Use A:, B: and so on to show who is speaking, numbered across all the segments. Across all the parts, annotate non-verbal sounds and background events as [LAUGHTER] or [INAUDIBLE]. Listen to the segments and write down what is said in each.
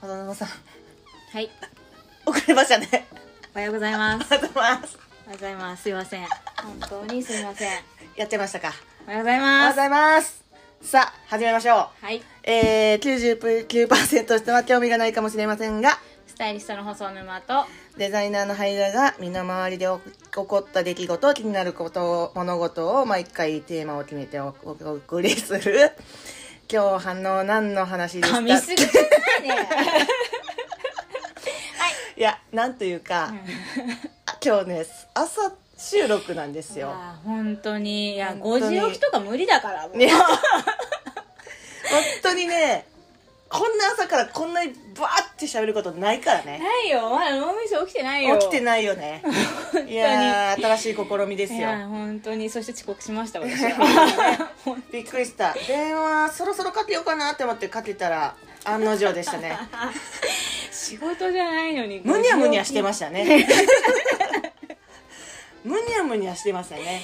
A: 花沼さん [LAUGHS]
B: はい
A: 遅れましたね
B: おはようございます
A: ありがとうございます
B: おはようございますすいません本当にすいません
A: やっちゃいましたか
B: おはようござい
A: おはようご
B: ます
A: ざいますさあ始めましょ
B: はいう
A: えー、99%人は [LAUGHS] 興味がないかもしれませんが
B: スタイリストの細沼と
A: デザイナーのハイダが身の回りで起こった出来事気になること物事を毎回テーマを決めておおお送りする [LAUGHS] 今日の何の話で
B: 噛
A: し
B: み
A: た
B: すぎてないね
A: いやなんというか、あ今日ね朝収録なんですよ
B: あー本当にいや
A: 本当に
B: 5時起きとか無理だからもう
A: ね本当にねこんな朝からこんなにバーって喋ることないからね
B: ないよまだ脳みそ起きてないよ
A: 起きてないよねいやー新しい試みです
B: い
A: よ
B: や本当にそして遅刻しました私は
A: びっくりした電話そろそろかけようかなって思ってかけたら案の定でしたね
B: 仕事じゃないのに
A: むにゃむにゃして
B: す
A: ました
B: [LAUGHS]
A: ねむにゃむにゃしてましたね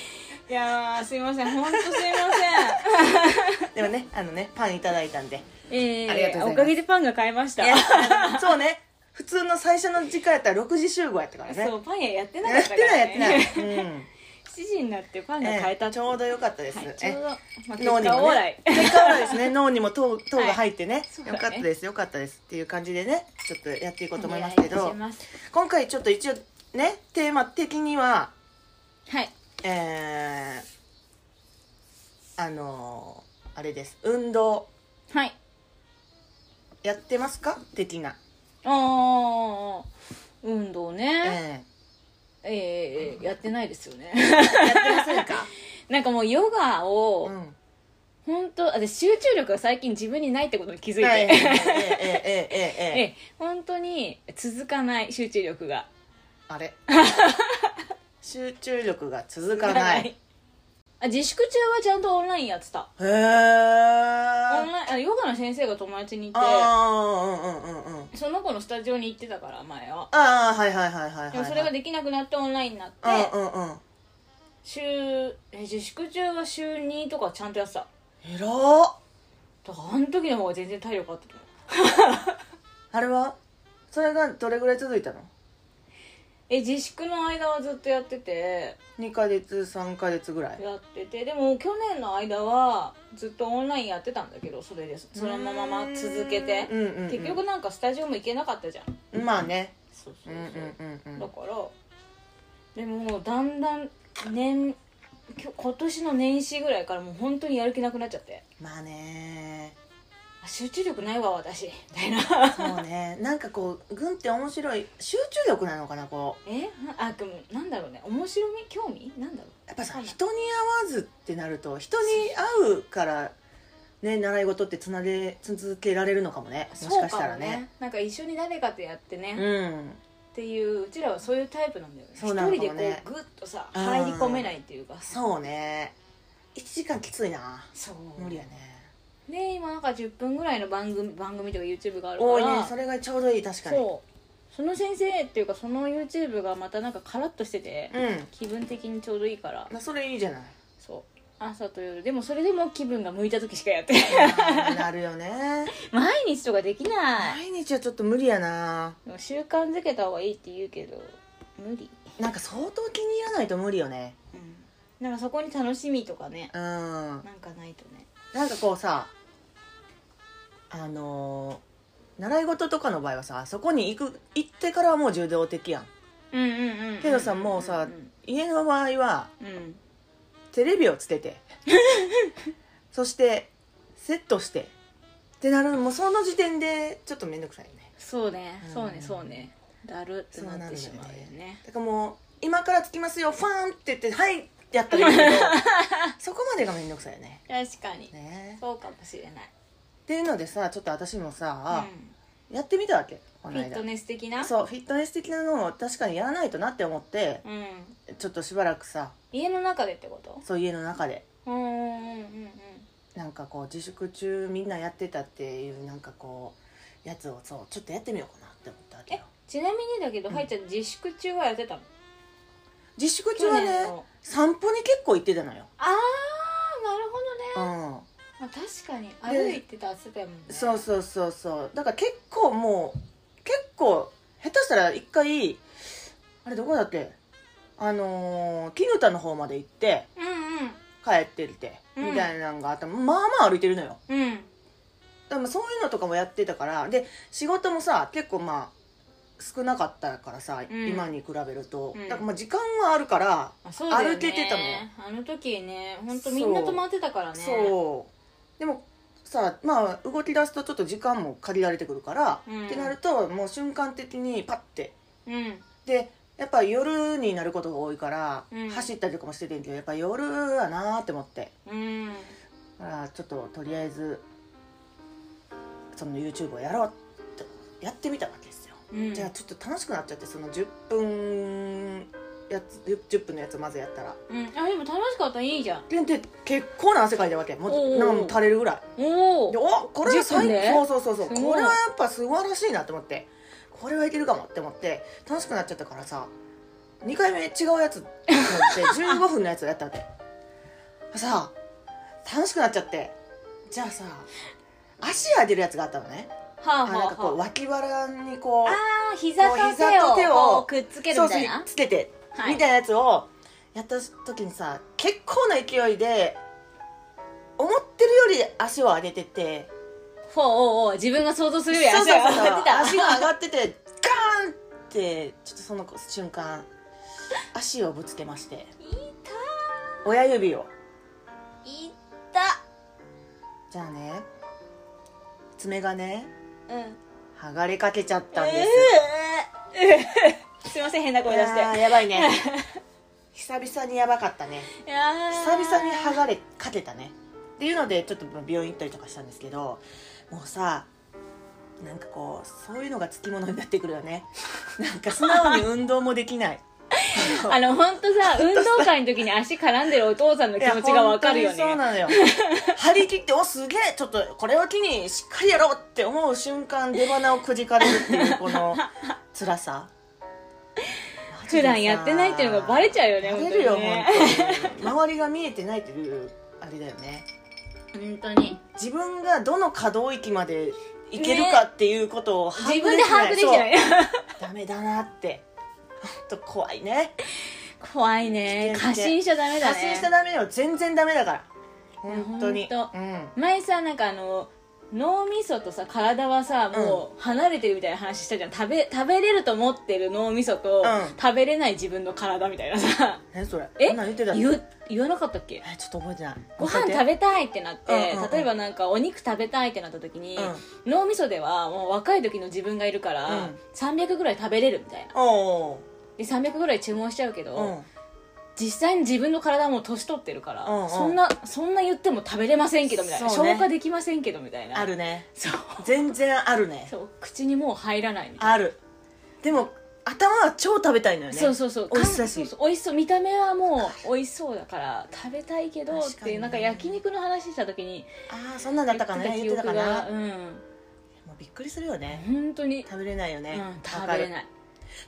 B: いやーすいません本当すいま
A: [LAUGHS] でもねあのねパンいただいたんで
B: せんえー
A: ありがとうございます
B: おかげでパンが買えました
A: [LAUGHS] そうね普通の最初の時間やったら6時集合やったからね
B: そうパン屋やってなか
A: やっ
B: っ
A: た
B: か
A: て
B: ら、ね、
A: ないやってない、うん
B: 7時になってパンが
A: ええ
B: 買えたって
A: ちょうど良かったです、
B: はいちょ
A: え
B: うど、まあ、結
A: 脳に
B: 果
A: も
B: オーラ
A: ね
B: イ
A: 結果オーライ
B: [LAUGHS]
A: ですね脳にも糖糖が入ってね,、
B: そうだ
A: よ
B: ね
A: かったですよかったですっていう感じでねちょっとやっていこうと思います
B: お
A: け
B: 願いいた
A: ど
B: します
A: 今回ちょっと一応ねテーマ的には
B: はい
A: えー、あのーあれです運動
B: はい
A: やってますか的な、
B: ああ運動ね、
A: え
B: ええやってないですよね [LAUGHS]
A: えやってませんか
B: なんかもうヨガを、
A: うん
B: 本当私集中力が最近自分にないってことに気づいて、
A: はいええええええ
B: [LAUGHS] え
A: ええ
B: え本当に続かない集中力が
A: あれ [LAUGHS] 集中力が続か
B: [LAUGHS]
A: ない
B: あ自粛中はちゃんとオンラインやってた
A: へ
B: オン
A: え
B: ラインあヨガの先生が友達にいて
A: あーうんうんうんうん
B: その子のスタジオに行ってたから前は
A: ああはいはいはいはいはい、はい、
B: でもそれができなくなってオンラインになって、
A: うんうんうん
B: 週え自粛中は週2とかちゃんとやってた
A: えらっ
B: だからあの時の方が全然体力あったと思う
A: あれはそれがどれぐらい続いたの
B: え自粛の間はずっとやってて
A: 2ヶ月3ヶ月ぐらい
B: やっててでも去年の間はずっとオンラインやってたんだけどそれですそのまま続けて
A: うんうんうん
B: 結局なんかスタジオも行けなかったじゃん
A: まあね
B: そう
A: う
B: そ
A: ん
B: う
A: うん
B: そう、
A: うんう
B: だ
A: ん
B: からでもだんだん年きょ今年の年始ぐらいからもう本当にやる気なくなっちゃって
A: まあね
B: あ集中力ないわ私みたいな
A: そう
B: [LAUGHS]
A: ねなんかこう軍って面白い集中力なのかなこう
B: えあでもなんだろうね面白み興味なんだろ
A: やっぱさ
B: はい
A: 人に会わずってなると人に会うからね習い事ってつなげ続けられるのかもね
B: う
A: もしかし
B: そう
A: た
B: からも
A: ね
B: なんか一緒に誰かとやってね、
A: う
B: っ
A: ん
B: ていううちらはそういうタイプなんだよね
A: そうなの
B: 一
A: かも
B: 人で
A: ね
B: こうグッとさ
A: うん
B: 入り込めないっていうか
A: そうね1時間きついな
B: そう
A: 無理やね
B: ね今なんか10分ぐらいの番組番組とか YouTube があるから
A: 多いねそれがちょうどいい確かに
B: そうその先生っていうかその YouTube がまたなんかカラッとしてて、
A: うん
B: 気分的にちょうどいいから
A: まあそれいいじゃない
B: そう朝と夜でもそれでも気分が向いた時しかやっ
A: [LAUGHS]
B: てない
A: あ
B: [LAUGHS]
A: ーなるよね
B: 毎日とかできない
A: 毎日はちょっと無理やな
B: でも習慣づけた方がいいって言うけど無理
A: なんか相当気に入らないと無理よね
B: うんなんかそこに楽しみとかね
A: うんな
B: なんかないとね
A: んかこうさあのー習い事とかの場合はさそこに行く行ってからはもう受動的やん
B: うんうんうんうん
A: けどさもうさ
B: うん
A: 家の場合は
B: うん
A: テレビをつけ
B: [LAUGHS]
A: てそしてセットしてってなるもうその時点でちょっと面倒くさいよね
B: そうね
A: うん
B: そうねそうねだるってなってし
A: そう
B: ま
A: な
B: うん
A: だ
B: よ
A: よ
B: ね
A: だからもう今からつきますよファーンって言って「はい」やったらいい
B: [LAUGHS]
A: けどそこまでが面倒くさいよね
B: 確かに
A: ね
B: そうかもしれない
A: っていうのでさちょっと私もさ、
B: うん
A: やってみたわけこ
B: フ
A: の
B: ィッ
A: 間
B: トネス的な
A: そうフィットネス的なのを確かにやらないとなって思って
B: うん、
A: ちょっとしばらくさ
B: 家の中でってこと
A: そう家の中で
B: うんうんうんうん
A: なんかこう自粛中みんなやってたっていうなんかこうやつをそうちょっとやってみようかなって思ったわけよ
B: ちなみにだけど、
A: うん
B: はイちゃん自粛中はやってたの
A: 自粛中
B: 去
A: は
B: 年
A: ね
B: の
A: 散歩に結構行ってたのよ
B: ああなるほどね
A: うん
B: あ確かに歩いてたって言ってたもんね
A: そうそうそうそうだから結構もう結構下手したら一回あれどこだっけあのー絹田の方まで行って
B: うんうん
A: 帰ってきて
B: うん
A: みたいなのがあった、まあまあ歩いてるのよ
B: うん
A: でもそういうのとかもやってたからで仕事もさ結構まあ少なかったからさ、
B: うん
A: 今に比べると、
B: うん
A: だからまあ時間はあるから、
B: あそうだよね
A: 歩けてたもん
B: あの時ね本当みんな止まってたからね
A: そうでもさまあ動き出すとちょっと時間も限られてくるから、
B: うん
A: ってなるともう瞬間的にパッて
B: ううん
A: でやっぱ夜になることが多いから、
B: うん
A: 走ったりとかもしててんけどやっぱ夜やなーって思って
B: うん
A: だからちょっととりあえずその YouTube をやろうってやってみたわけですよ、
B: うん
A: じゃあちょっと楽しくなっちゃってその10分やつ 10, 10分のやつをまずやったら
B: うんあでも楽しかったいいじゃん
A: でで結構な汗かいたわけも
B: お
A: う
B: ー
A: なんも垂れるぐらい
B: お
A: で
B: お
A: おこれは
B: 10分
A: 最
B: で
A: 高そうそうそう
B: すごい
A: これはやっぱ素晴らしいなと思ってこれはいけるかもって思って楽しくなっちゃったからさ2回目違うやつって思って15分のやつをやったわけさあ楽しくなっちゃってじゃあさ足上げるやつがあったのね
B: は
A: あ
B: あは
A: なんか
B: あ
A: こう
B: は
A: 脇腹にこ
B: あ
A: う
B: あー膝と手
A: こう膝と手
B: を
A: を
B: こうくっつける
A: そう
B: み
A: そ
B: た
A: う
B: いな
A: つけて
B: はい
A: みたいなやつをやった時にさ結構な勢いで思ってるより足を上げてて
B: フォーおうおう自分が想像するより
A: そう
B: 足
A: そうそ
B: が
A: う
B: 上がってた
A: 足が上がっててガーンってちょっとその瞬間足をぶつけまして親指を
B: いた
A: じゃあね爪がね
B: いたうん
A: 剥がれかけちゃったんです、
B: すすいません変な声
A: い
B: 出して
A: やーやばいね久々にやばかったね
B: いや
A: 久々に剥
B: が
A: がれかけたねっていうのでちょっと病院行ったりとかしたんですけどもうさなんかこうそういうのがつきものになってくるよねなんか素直に運動もできない
B: あの本当さ運動会の時に足絡んでるお父さんの気持ちがわかるよ
A: いや本
B: ね
A: 当
B: [LAUGHS]
A: にそうなのよ張り切っておすげえちょっとこれを機にしっかりやろうって思う瞬間出鼻をくじかれるっていうこ
B: [LAUGHS]
A: の辛さマジ
B: 普
A: でさ
B: 段やってないっていうのがバレちゃうよね
A: バレるよ
B: 本当にね
A: 本当に周りが見えてないっていうあれだよね
B: 本当に
A: 自分がどの可動域までいけるかっていうことを把
B: 自分で把握できてないい
A: そうダメだなって本当怖いね
B: 怖いね
A: 危険
B: 過
A: って
B: 信しちゃダメだね
A: 発信しちゃダメよ全然ダメだから
B: いや
A: 本当に
B: 本当
A: うん
B: 前さなんかあの脳みそとさ体はさもう離れてるみたいな話したじゃん食べ食べれると思ってる脳みそ
A: う
B: と、
A: ん
B: 食べれない自分の体みたいな [LAUGHS] さ
A: えそれ
B: え
A: そんなん言ってたっけ
B: 言う言わなかったっけ
A: えちょっと覚えてない
B: ご飯
A: 教
B: 食
A: えて
B: べたいってなって、
A: うんうんうん
B: 例えばなんかお肉食べたいってなった時に、脳みそではもう若い時の自分がいるから、
A: うん
B: 300ぐらい食べれるみたいな
A: うんお
B: で300ぐらい注文しちゃうけど、
A: おうん
B: 実際に自分の体はもう年取ってるから、
A: うんうん
B: そんなそんな言っても食べれませんけどみたいな、
A: そうね
B: 消化できませんけどみたいな
A: あるね
B: そう
A: 全然あるね
B: そう口にもう入らないみたいな
A: あるでも頭は超食べたいのよね
B: そうそうそう
A: 美味しそうだし
B: そうそう美味しそう見た目はもう美味しそうだから食べたいけどっ
A: 確か
B: て
A: に
B: いう
A: ね
B: なんか焼肉の話した時に
A: ああそんなんだったかね言
B: 言
A: っ
B: ってて
A: たか
B: た記憶
A: な
B: がう
A: も
B: ん
A: うびっくりするよね
B: 本当に、
A: 食べれないよ
B: う
A: ね、
B: ん、
A: わ
B: 食
A: か
B: べ
A: る
B: れない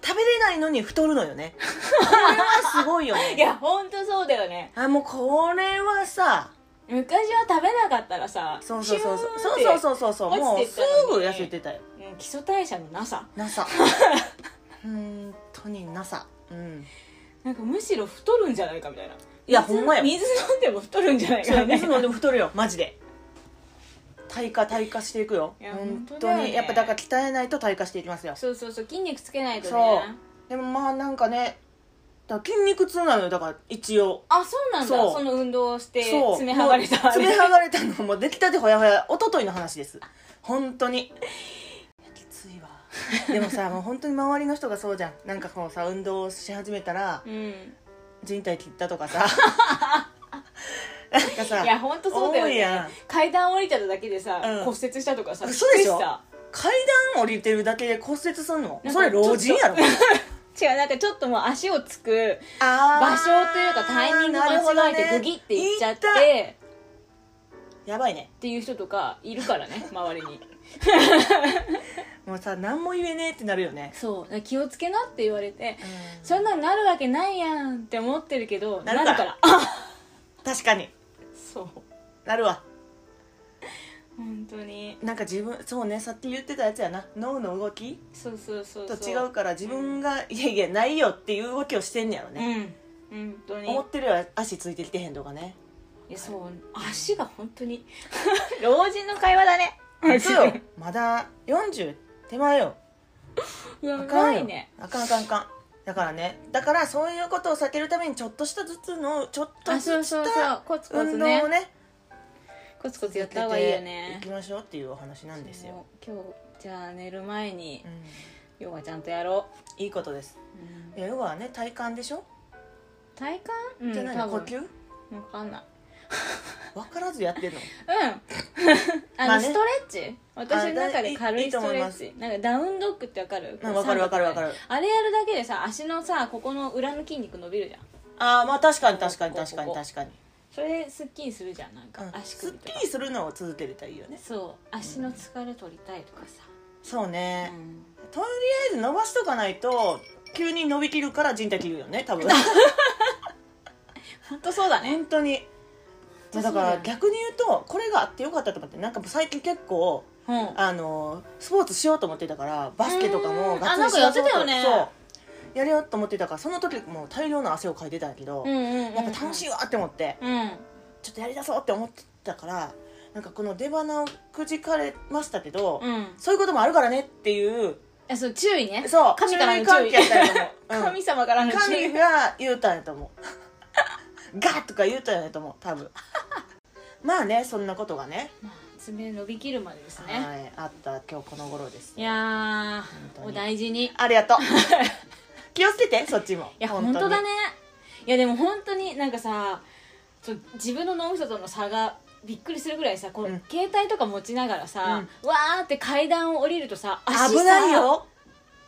A: 食べれないのに太るのよ
B: [LAUGHS]
A: ねこれはすごいよ
B: い
A: ね
B: や本当そうだよね
A: あもうこれはさ
B: 昔は食べなかったらさ
A: そうそうそうそう
B: シューンって
A: そうそうそうそうも
B: 落
A: う
B: ち
A: す
B: てったの
A: ぐ
B: に
A: 痩せてたよ
B: うん基礎代謝のなさ
A: な
B: [LAUGHS]
A: さ本当になさうん
B: なんかむしろ太るんじゃないかみたいない
A: や
B: 水
A: ほんまよ
B: 水飲んでも太るんじゃない
A: そ
B: か
A: う
B: みたい
A: 水
B: な
A: 飲んでも太るよマジで退化退化していくよ
B: いや
A: 本
B: 本当
A: 当
B: だよね
A: にやっぱだから鍛えないと退化していきますよ
B: そうそうそう筋肉つけないと
A: そう
B: ね
A: でもまあなんかねだから筋肉痛なのよだから一応
B: あそうなんだ
A: そう
B: その運動をして
A: そう
B: 爪剥がれた
A: もう
B: あれ
A: 爪剥がれたのもう出来たてほやほや一昨日の話です本当にいやきついわでもさもう本当に周りの人がそうじゃんなんかこうさ運動をし始めたら
B: [LAUGHS] うん
A: 人体切ったとかさ
B: [LAUGHS]
A: なんかさ
B: いや本当そうだよ
A: 多いや
B: ね
A: ん
B: 階段降りただけでさ、
A: うん
B: 骨折したとかさ
A: 嘘でしょ
B: びっく
A: 階段降りてるだけで骨折すんの
B: なん
A: そ
B: か
A: れ老人
B: [LAUGHS]
A: やろ
B: りした違うなんかちょっともう足をつく
A: あ
B: 場所というかタイミング間違えてグギっていっちゃって、
A: やばいね
B: っていう人とかいるから [LAUGHS] ね周りに
A: もうさ何も言えねえってなるよね、
B: そうだから気をつけなって言われてそんなんなるわけないやんって思ってるけど
A: な
B: な
A: る
B: る
A: か
B: からら
A: 確かに
B: そう
A: なるわ
B: 本当に
A: なんか自分そうねさっき言ってたやつやな脳の動き
B: そうそうそう
A: と
B: そう
A: 違うから自分が、いやいやないよっていう動きをしてんねやろね、
B: うん本当に
A: 思ってるより足ついてきてへんとかね
B: いやそう足が本
A: [LAUGHS]
B: 当に老人の会話だね
A: そうよまだ40手前よ
B: や
A: あ
B: ば
A: かん
B: い
A: よ
B: ね
A: あかんあかんあかんだからねだからそういうことを避けるためにちょっとしたずつのちょっと
B: あそ
A: ず
B: う
A: つし
B: そう
A: た
B: そうコツコツ
A: 運動
B: ね
A: をね
B: コツコツやった方がいいよね
A: いきましょうっていうお話なんですよ、
B: そう今日じゃあ寝る前に
A: うん、
B: ヨガちゃんとやろ
A: いいことです
B: う、うん
A: いや要はね体幹でしょ、
B: 体幹
A: じゃないの呼
B: 多分
A: 吸
B: わかんない
A: 分からずやってんの
B: うん [LAUGHS] あ
A: ま
B: の
A: あね
B: ストレッチ私の中で軽
A: い
B: い
A: い
B: ス
A: と思
B: ト
A: い
B: レ
A: ま
B: ッ
A: す
B: チなんかダウンドッグってわかる
A: うんわかるわかるわかる
B: あれやるだけでさ足のさここの裏の筋肉伸びるじゃん
A: ああまあ確かに確かに確かに確かに、
B: それですっきりするじゃんなんか
A: うん、
B: 足
A: すっ
B: 首とか
A: きりするのを続けるといいよね
B: そう足の疲れ取りたいとかさ、
A: そう
B: う
A: ね、
B: ん、
A: とりあえず伸ばしとかないと急に伸びきるから人体切るよね多分
B: 本当そうだね
A: 本当に
B: そうだ
A: だ
B: ね
A: から逆に言うとこれがあってよかったと思ってなんか最近結構
B: うん
A: あのスポーツしようと思ってたからバスケとか
B: う
A: も
B: ん
A: ガ
B: あ
A: ッツリしようと思
B: なんかやってたよね
A: そうやるようと思ってたからその時もう大量の汗をかいてたんやけど、
B: うんうんうん
A: やっぱ楽しいわって思って、
B: うん
A: ちょっとやりだそうって思ってたからなんかこの出花をくじかれましたけど、
B: うん
A: そういうこともあるからねっていう
B: あそう注意ね
A: そう
B: 神からの
A: 注
B: 注
A: 意喚
B: 意
A: 起やったんやと
B: [LAUGHS]
A: 思う、うん
B: 神様からの注
A: 神
B: 意
A: が言うたんやと思う [LAUGHS] ガッとか言うたんやと思う多
B: [LAUGHS]
A: 分まあねそんなことがね
B: まあ爪伸びきるまでですね
A: はいあった今日この頃です
B: いや
A: 当
B: ー
A: に
B: お大事にい
A: ありが
B: [LAUGHS]
A: とう気をつけてそっちもに
B: や本当だねいやでも本当になんかさそう自分の脳みそとの差がびっくりするぐらいさこう、
A: うん
B: 携帯とか持ちながらさ、わーって階段を降りるとさ足さ
A: 危ないよ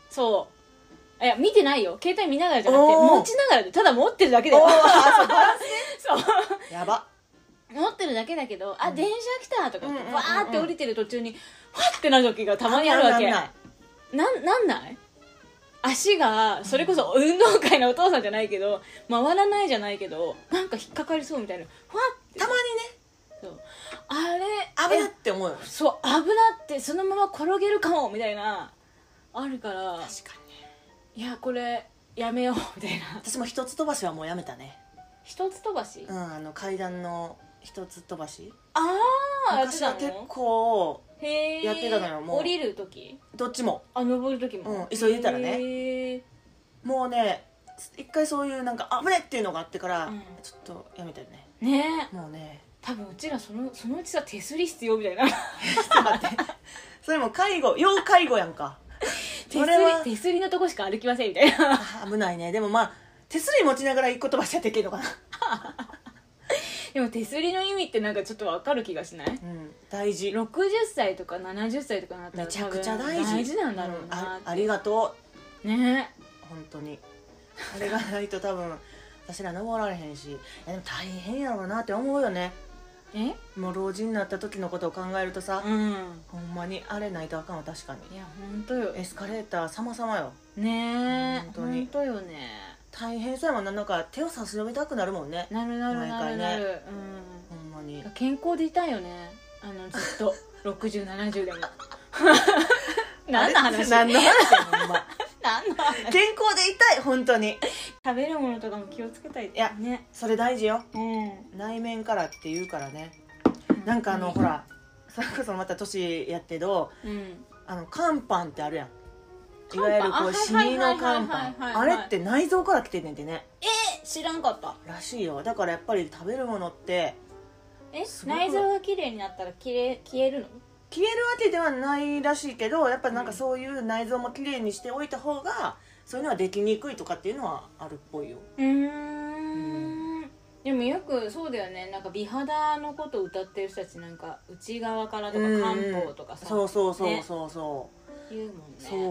B: そういや見てないよ携帯見ながらじゃなくて
A: おー
B: 持ちながらでただ持ってるだけだ
A: お
B: よ
A: ーあそうバラン
B: そう
A: スやば
B: 持ってるだけだけどあ、
A: うん
B: 電車来たとかって
A: うんうんうんうん
B: わーって降りてる途中にファってなる時がたまにあるわけ
A: なんない
B: なんなんない足がそれこそ運動会のお父さんじゃないけど回らないじゃないけどなんか引っかかりそうみたいなふわって
A: たま
B: そうあれ
A: にね危な
B: え
A: って思うよね
B: そう危なってそのまま転げるかもみたいなあるから
A: かに
B: いやこれやめようみたいな
A: 私も一つ飛ばしはもうやめたね
B: 一つ飛ばし、
A: うんあの階段の一つ飛ばし
B: ああやって
A: 昔
B: た
A: は結
B: の
A: 構
B: へえ
A: やってたのよもう
B: 降りる時
A: どっちも
B: あ登る時も、
A: うん急いでたらね
B: へえ
A: もうね一回そういうなんか危ねっていうのがあってから、
B: うん
A: ちょっとやめたよね
B: ねえ
A: もうね
B: 多分うちらそのそのうちさ手すり必要みたいな
A: ちょっと待って [LAUGHS] それも介護要介護やんか
B: [LAUGHS] 手
A: そ
B: す
A: れは
B: り手すりのとこしか歩きませんみたいな [LAUGHS]
A: あ危ないねでもまあ手すり持ちながら一個飛ばしちゃっていけんのかな、
B: でも手すりの意味ってなんかちょっとわかる気がしない
A: うん、大事
B: 60歳とか70歳とかになったら
A: めちゃくちゃ大
B: 多
A: 事
B: 分大事なんだろうな
A: あありがと
B: ね
A: う本当にあれがないと多分 [LAUGHS] 私ら登られへんしいやでも大変やろうなって思うよね
B: え
A: もう老人になった時のことを考えるとさ、
B: うん
A: ほんまにあれないとあかんわ確かに
B: いや本当よ
A: エスカレーター様々よ
B: ね
A: 本
B: え
A: 当に
B: 本当よね
A: 大変そうやもんななんか手を差し伸べたくなるもんね
B: なるなる
A: 毎
B: なる
A: 回ね
B: なる、
A: ほんま
B: う
A: に
B: ん健康でいたいよねあのず
A: [LAUGHS]
B: っと6070でも何の
A: あれ [LAUGHS]
B: 話
A: 何の話 [LAUGHS] やほんま
B: [LAUGHS] 何の話
A: 健康でいたい本当に
B: 食べるものとかも気をつけたいい
A: や
B: ね
A: それ大事よ
B: うん
A: 内面からって言うからねなんかあのほらそれこそまた年やってど
B: うん
A: あの乾パンってあるやんい
B: 乾パン
A: わゆるこ
B: あ
A: うシミの乾
B: は
A: パ
B: いはいは
A: ン
B: いは
A: あ
B: いはい
A: れって内臓から来てんねんてね
B: え知らんかった
A: らしいよだからやっぱり食べるものって
B: え
A: すごい
B: 内臓が綺麗になったらきれい消えるの
A: 消えるわけではないらしいけどやっぱなんかそういう内臓もきれいにしておいた方がそういうのはできにくいとかっていうのはあるっぽいよ
B: うーんでもよくそうだよねなんか美肌のことを歌ってる人たちなんか内側からとか
A: うん
B: 漢方とかさ、
A: そうそうそう
B: ね
A: そうそう、
B: 言うもんね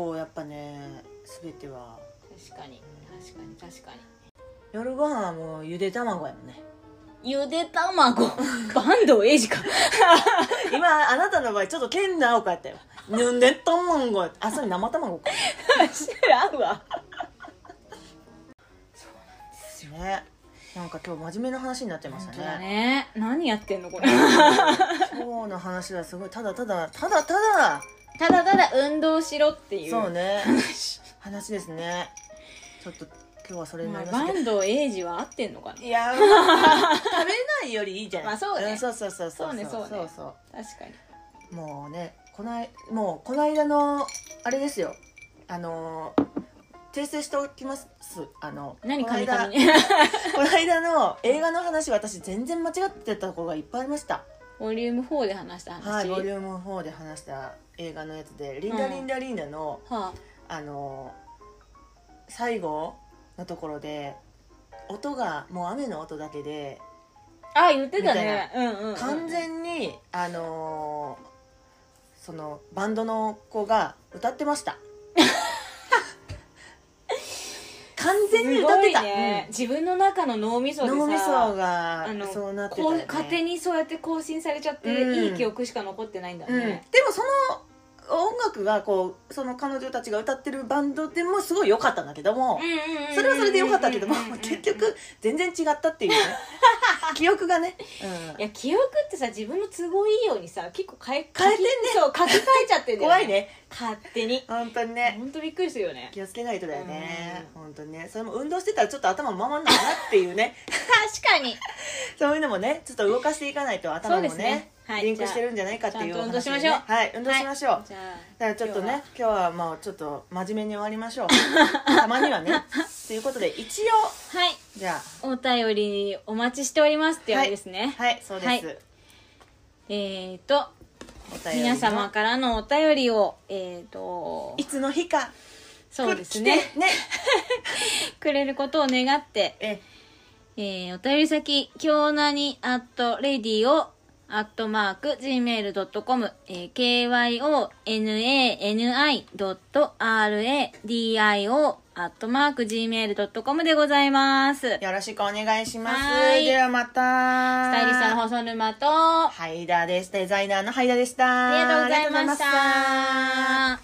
A: そうやっぱね全ては
B: 確かに確かに確かに
A: 夜ご飯はもうゆで卵やもんね
B: ゆで卵坂東英二か
A: [LAUGHS] 今あなたの場合ちょっと健なおかやったよゆで卵やあそれ生卵か
B: 知らんわ
A: ねなんか今日真面目な話になってまし
B: 本
A: た
B: 当だ
A: ね
B: ね何やってんの
A: [LAUGHS]
B: これ
A: 今日の話はすごいただただただただ
B: ただただ運動しろっていう
A: そうね
B: 話
A: 話ですねちょっと今日はそれにな
B: まあ
A: りますけど
B: 坂東英二は合ってんのかない
A: や、まあ食べないよりいいじゃん。
B: [LAUGHS] まあそうね
A: んそうそうそう
B: そうねそうね
A: そうそ
B: 確かに
A: うもうね、こないもうこの間のあれですよ。あのー訂正しておきます。あの
B: 何
A: この
B: 神
A: 間
B: 々に
A: [LAUGHS] この間の映画の話、私全然間違ってたところがいっぱいありました。
B: ボリューム4で話した話
A: はい、ボリューム4で話した映画のやつで、リンダリンダリンダの、
B: は
A: あのー最後のところで。音がもう雨の音だけで
B: あ、あ言ってたねうんうんうん
A: 完全にあのーそのバンドの子が歌ってました
B: [LAUGHS]
A: 完全に
B: す
A: 歌っ
B: ご
A: て
B: い
A: た、
B: ね、自分の中の脳みそ
A: うん
B: でさ
A: 脳みそが
B: あの
A: そうなってたよ、
B: こう
A: ね、
B: 勝手にそうやって更新されちゃって、
A: うん
B: いい記憶しか残ってないんだ
A: うん、で
B: ね、
A: もその音楽がこうその彼女たちが歌ってるバンドでもすごい良かったんだけども、それはそれで良かったけども、結局全然違ったっていうね
B: [LAUGHS]
A: 記憶がね、
B: いや記憶ってさ自分の都合いいようにさ結構変え
A: 変えてんね [LAUGHS]
B: 書きそう書き換えちゃって
A: うんん、
B: だよ
A: 怖いね
B: 勝手に
A: 本当にね、
B: 本当びっくりするよね
A: 気をつけないとだよね、
B: う
A: 本当にねそれも運動してたらちょっと頭回んないなっていう
B: [LAUGHS]
A: ね
B: 確かに
A: そういうのもねちょっと動かしていかないと頭も
B: そうですね
A: ね
B: はい
A: リンクしてるんじゃないかっていう
B: じゃあ
A: お話でね
B: ちゃんと運動しましょう
A: はい運動しましょう、
B: じゃあ
A: だからちょっとね今日はもうちょっと真面目に終わりましょう
B: [LAUGHS]
A: たまにはねということで一応
B: はい
A: じゃ
B: お便りお待ちしておりますっていうあれですね
A: あ、はいそうです、
B: はいえっ、ー、と
A: お便りの
B: 皆様からのお便りをえっ、ー、と
A: いつの日か
B: そうですね
A: 来てね
B: くれることを願って
A: え
B: えー、お便り先、京なに、アット、レディを、アットマーク、gmail.com、えー、kyonani.radio、アットマーク、gmail.com でございます。ス
A: よろしくお願いしま
B: はー
A: す
B: い
A: ではまた
B: タイリストの細沼と、あ
A: ハイダですデザイナーのハイダでした
B: りがとうございました。